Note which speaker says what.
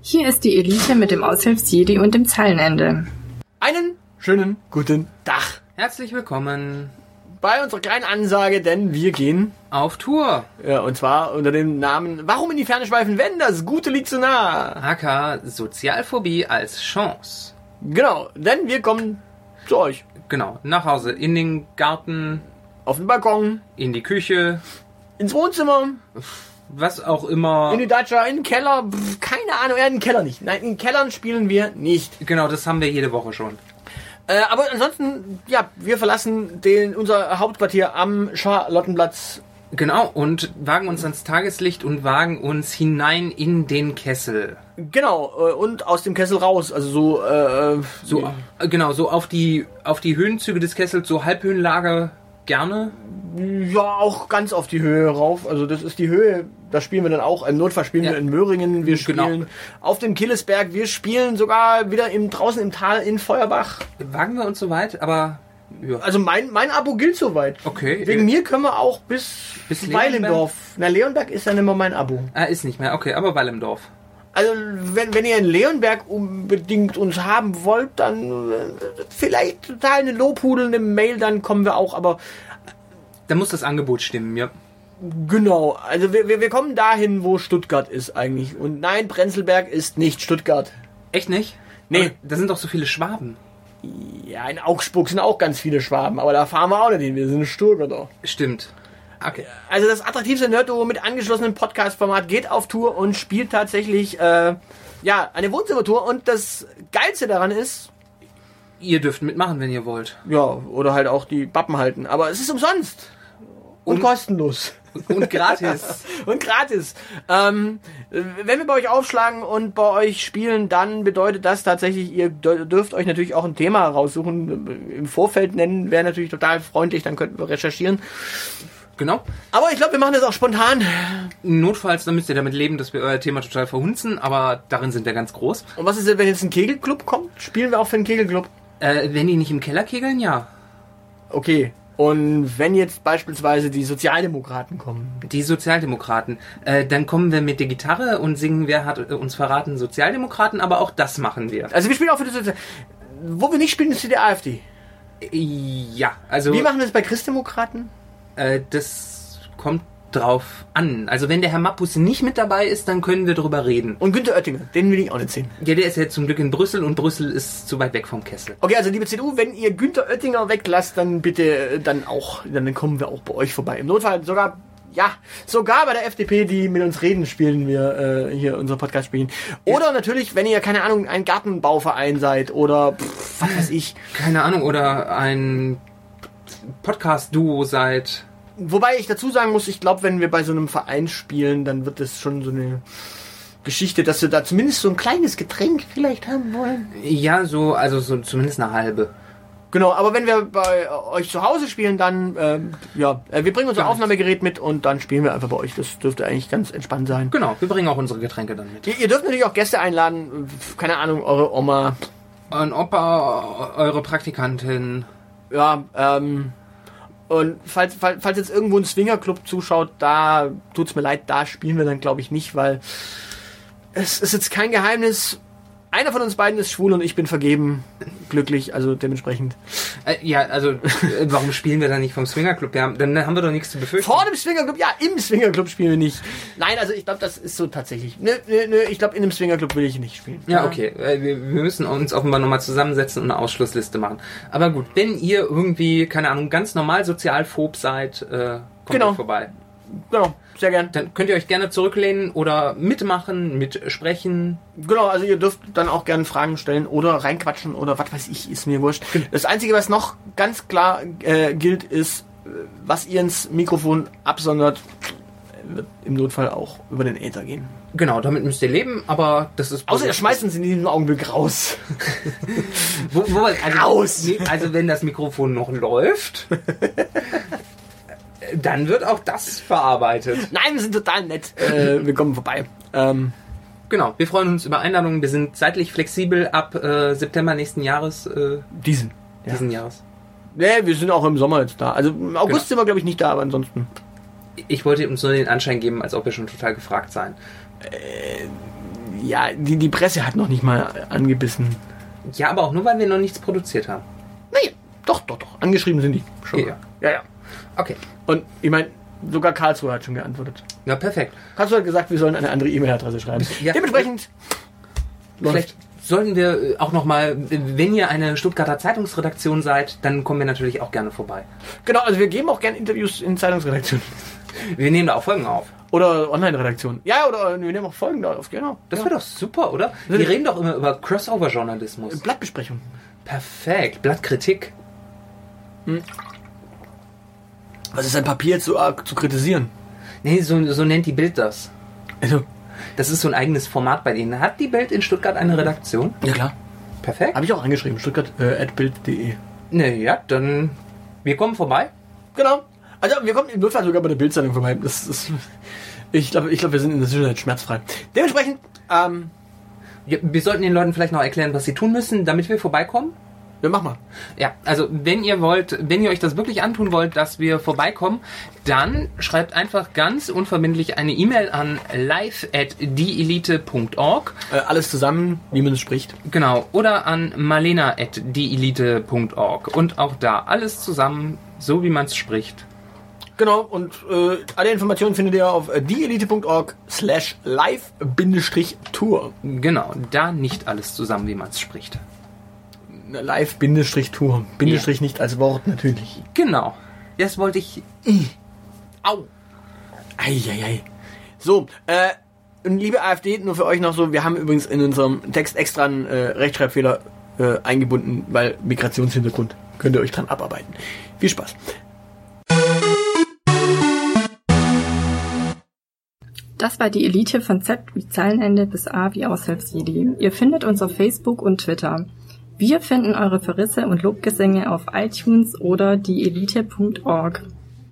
Speaker 1: Hier ist die Elite mit dem Aushilfsjedi und dem Zeilenende.
Speaker 2: Einen schönen guten Tag
Speaker 3: Herzlich willkommen
Speaker 2: bei unserer kleinen Ansage, denn wir gehen,
Speaker 3: auf Tour.
Speaker 2: äh, und zwar unter dem Namen Warum in die Ferne schweifen, wenn das Gute liegt so nah.
Speaker 3: AK Sozialphobie als Chance.
Speaker 2: Genau, denn wir kommen zu euch.
Speaker 3: Genau, nach Hause, in den Garten,
Speaker 2: Auf den Balkon,
Speaker 3: in die Küche,
Speaker 2: ins Wohnzimmer,
Speaker 3: was auch immer.
Speaker 2: in die Datscha, in den Keller, pff, keine Ahnung, ja, in den Keller nicht. Nein, in Kellern spielen wir nicht.
Speaker 3: Genau, das haben wir jede Woche schon.
Speaker 2: Äh, aber ansonsten, ja, wir verlassen den, unser Hauptquartier am Charlottenplatz
Speaker 3: Genau, und wagen uns ans Tageslicht und wagen uns hinein in den Kessel.
Speaker 2: Genau, äh, und aus dem Kessel raus. Also so, äh,
Speaker 3: So,
Speaker 2: so
Speaker 3: äh, Genau, so auf die, auf die Höhenzüge des Kessels, so Halbhöhenlager gerne.
Speaker 2: ja, auch ganz auf die Höhe rauf. Also das ist die Höhe. Da spielen wir dann auch. Im Notfall spielen
Speaker 3: Ja.
Speaker 2: wir in Möhringen, wir
Speaker 3: Genau.
Speaker 2: spielen auf dem Killesberg, wir spielen sogar wieder im, draußen im Tal in Feuerbach.
Speaker 3: Wagen wir uns so weit, aber ja,
Speaker 2: Also mein, mein Abo gilt soweit.
Speaker 3: Okay.
Speaker 2: Wegen mir können wir auch bis,
Speaker 3: Bis
Speaker 2: Weilendorf. Na, Leonberg ist dann immer mein Abo.
Speaker 3: ah, ist nicht mehr. Okay, aber Wallendorf.
Speaker 2: Also wenn, wenn ihr in Leonberg unbedingt uns haben wollt, dann äh, vielleicht total eine lobhudelnde Mail, dann kommen wir auch. Aber
Speaker 3: Da muss das Angebot stimmen, ja.
Speaker 2: Genau, also wir, wir, wir kommen dahin, wo Stuttgart ist eigentlich. Und nein, Prenzlberg ist nicht Stuttgart.
Speaker 3: Echt nicht?
Speaker 2: Nee.
Speaker 3: Aber Da sind doch so viele Schwaben.
Speaker 2: Ja, in Augsburg sind auch ganz viele Schwaben, aber da fahren wir auch nicht hin, wir sind Stuttgarter.
Speaker 3: Stimmt. Okay.
Speaker 2: Also das attraktivste Nerdduo mit angeschlossenem Podcast-Format geht auf Tour und spielt tatsächlich äh, ja, eine Wohnzimmertour. Und das Geilste daran ist,
Speaker 3: Ihr dürft mitmachen, wenn ihr wollt.
Speaker 2: ja, oder halt auch die Bappen halten, aber es ist umsonst und, kostenlos.
Speaker 3: Und gratis.
Speaker 2: Und gratis. Ähm, wenn wir bei euch aufschlagen und bei euch spielen, dann bedeutet das tatsächlich, ihr dür- dürft euch natürlich auch ein Thema raussuchen. äh, Im Vorfeld nennen wäre natürlich total freundlich, dann könnten wir recherchieren.
Speaker 3: genau.
Speaker 2: Aber ich glaube, wir machen das auch spontan.
Speaker 3: Notfalls, dann müsst ihr damit leben, dass wir euer Thema total verhunzen, aber darin sind wir ganz groß.
Speaker 2: Und was ist denn, wenn jetzt ein Kegelclub kommt? Spielen wir auch für einen Kegelclub?
Speaker 3: Äh, wenn die nicht im Keller kegeln, ja.
Speaker 2: Okay. Und wenn jetzt beispielsweise die Sozialdemokraten kommen?
Speaker 3: Die Sozialdemokraten. Äh, dann kommen wir mit der Gitarre und singen, wer hat äh, uns verraten, Sozialdemokraten, aber auch das machen wir.
Speaker 2: Also wir spielen auch für die Sozialdemokraten. Wo wir nicht spielen, ist für die AfD.
Speaker 3: Äh, Ja, also
Speaker 2: Wie machen wir das bei Christdemokraten?
Speaker 3: äh, das kommt drauf an. Also wenn der Herr Mappus nicht mit dabei ist, dann können wir drüber reden.
Speaker 2: Und Günter Oettinger, den will ich auch nicht sehen.
Speaker 3: Ja, der ist ja zum Glück in Brüssel und Brüssel ist zu weit weg vom Kessel.
Speaker 2: Okay, also liebe CDU, wenn ihr Günter Oettinger weglasst, dann bitte äh, dann auch, dann kommen wir auch bei euch vorbei. Im Notfall sogar, ja, sogar bei der FDP, die mit uns reden, spielen wir äh, hier unser Podcast spielen. Oder natürlich, wenn ihr, keine Ahnung, ein Gartenbauverein seid oder pff, was weiß ich.
Speaker 3: Keine Ahnung, oder ein Podcast-Duo seid.
Speaker 2: Wobei ich dazu sagen muss, ich glaube, wenn wir bei so einem Verein spielen, dann wird das schon so eine Geschichte, dass wir da zumindest so ein kleines Getränk vielleicht haben wollen.
Speaker 3: Ja, so, also so zumindest eine halbe.
Speaker 2: Genau, aber wenn wir bei äh, euch zu Hause spielen, dann, ähm, ja, äh, wir bringen unser
Speaker 3: Gar
Speaker 2: Aufnahmegerät mit und dann spielen wir einfach bei euch. Das dürfte eigentlich ganz entspannt sein.
Speaker 3: Genau, wir bringen auch unsere Getränke dann mit.
Speaker 2: Ihr, ihr dürft natürlich auch Gäste einladen, äh, keine Ahnung, eure Oma,
Speaker 3: Und Opa, eure Praktikantin.
Speaker 2: ja, ähm, und falls, falls, falls jetzt irgendwo ein Swingerclub zuschaut, da tut's mir leid, da spielen wir dann glaube ich nicht, weil es ist jetzt kein Geheimnis. Einer von uns beiden ist schwul und ich bin vergeben, glücklich, also dementsprechend.
Speaker 3: Äh, ja, also, äh, warum spielen wir dann nicht vom Swingerclub? Wir haben, dann haben wir doch nichts zu befürchten.
Speaker 2: Vor dem Swingerclub, ja, im Swingerclub spielen wir nicht. Nein, also ich glaube, das ist so tatsächlich. Nö, nö, nö, ich glaube, in einem Swingerclub will ich nicht spielen.
Speaker 3: Ja, okay. Äh, Wir, wir müssen uns offenbar nochmal zusammensetzen und eine Ausschlussliste machen. Aber gut, wenn ihr irgendwie, keine Ahnung, ganz normal sozialphob seid, äh, kommt
Speaker 2: Genau.
Speaker 3: ihr vorbei.
Speaker 2: Genau, sehr gern.
Speaker 3: Dann könnt ihr euch gerne zurücklehnen oder mitmachen, mitsprechen.
Speaker 2: Genau, also ihr dürft dann auch gerne Fragen stellen oder reinquatschen oder was weiß ich, ist mir wurscht. Das Einzige, was noch ganz klar äh, gilt, ist, äh, was ihr ins Mikrofon absondert, wird im Notfall auch über den Äther gehen. Also,
Speaker 3: Genau, damit müsst ihr leben, aber das ist...
Speaker 2: Außer ihr schmeißt uns in diesem Augenblick raus.
Speaker 3: Wo, wo, also,
Speaker 2: Raus!
Speaker 3: Nee, Also wenn das Mikrofon noch läuft, dann wird auch das verarbeitet.
Speaker 2: Nein, wir sind total nett. Äh, wir kommen vorbei. Ähm,
Speaker 3: Genau, wir freuen uns über Einladungen. Wir sind zeitlich flexibel ab äh, September nächsten Jahres, äh,
Speaker 2: diesen. Ja.
Speaker 3: diesen Jahres.
Speaker 2: Nee, wir sind auch im Sommer jetzt da. Also im August sind wir, glaube ich, nicht da, aber ansonsten.
Speaker 3: Ich wollte uns nur den Anschein geben, als ob wir schon total gefragt seien.
Speaker 2: ja, die, die Presse hat noch nicht mal angebissen.
Speaker 3: Ja, aber auch nur, weil wir noch nichts produziert haben.
Speaker 2: Naja, doch, doch, doch. Angeschrieben sind die schon.
Speaker 3: Ja.
Speaker 2: ja, ja.
Speaker 3: Okay.
Speaker 2: Und ich meine, sogar Karlsruhe hat schon geantwortet.
Speaker 3: Na, perfekt.
Speaker 2: Karlsruhe hat gesagt, wir sollen eine andere E-Mail-Adresse schreiben.
Speaker 3: Ja.
Speaker 2: Dementsprechend läuft.
Speaker 3: Vielleicht sollten wir äh, auch nochmal, wenn ihr eine Stuttgarter Zeitungsredaktion seid, dann kommen wir natürlich auch gerne vorbei.
Speaker 2: Genau, also wir geben auch gerne Interviews in Zeitungsredaktionen.
Speaker 3: Wir nehmen da auch Folgen auf.
Speaker 2: Oder Online-Redaktionen. Ja, oder wir nehmen auch Folgen da auf, genau.
Speaker 3: Das
Speaker 2: ja.
Speaker 3: wäre doch super, oder? Wir reden doch immer über
Speaker 2: Äh,
Speaker 3: Crossover-Journalismus.
Speaker 2: Blattbesprechung.
Speaker 3: Perfekt. Blattkritik.
Speaker 2: Was ist ein Papier zu arg zu kritisieren?
Speaker 3: Nee, so, so nennt die Bild das.
Speaker 2: Also,
Speaker 3: Das ist so ein eigenes Format bei denen. Hat die Bild in Stuttgart eine Redaktion?
Speaker 2: ja klar.
Speaker 3: Perfekt.
Speaker 2: Habe ich auch angeschrieben, Stuttgart äh, at bild.de.
Speaker 3: Ne, ja, dann. Wir kommen vorbei.
Speaker 2: Genau. Also wir kommen im Notfall sogar bei der Bildzeitung vorbei. Das, das, ich glaube, ich glaub, wir sind in der Zwischenzeit schmerzfrei. Dementsprechend, ähm,
Speaker 3: Wir, wir sollten den Leuten vielleicht noch erklären, was sie tun müssen, damit wir vorbeikommen.
Speaker 2: wir machen mal.
Speaker 3: Ja, also wenn ihr wollt, wenn ihr euch das wirklich antun wollt, dass wir vorbeikommen, dann schreibt einfach ganz unverbindlich eine E-Mail an live@dieelite.org.
Speaker 2: Äh, alles zusammen, wie man es spricht.
Speaker 3: Genau, oder an malena.dieelite.org. Und auch da alles zusammen, so wie man es spricht.
Speaker 2: Genau, und äh, alle Informationen findet ihr auf äh, dieelite.org slash live-tour.
Speaker 3: Genau, da nicht alles zusammen, wie man es spricht.
Speaker 2: Live-Tour. Bindestrich nicht als Wort, natürlich.
Speaker 3: Genau, das wollte ich. Au!
Speaker 2: Eieiei. So, äh, und liebe AfD, nur für euch noch so, wir haben übrigens in unserem Text extra einen äh, Rechtschreibfehler äh, eingebunden, weil Migrationshintergrund. Könnt ihr euch dran abarbeiten. Viel Spaß.
Speaker 1: Das war die Elite von Z wie Zeilenende bis A wie Aushilfsjedi. Ihr findet uns auf Facebook und Twitter. Wir finden eure Verrisse und Lobgesänge auf iTunes oder dieelite.org.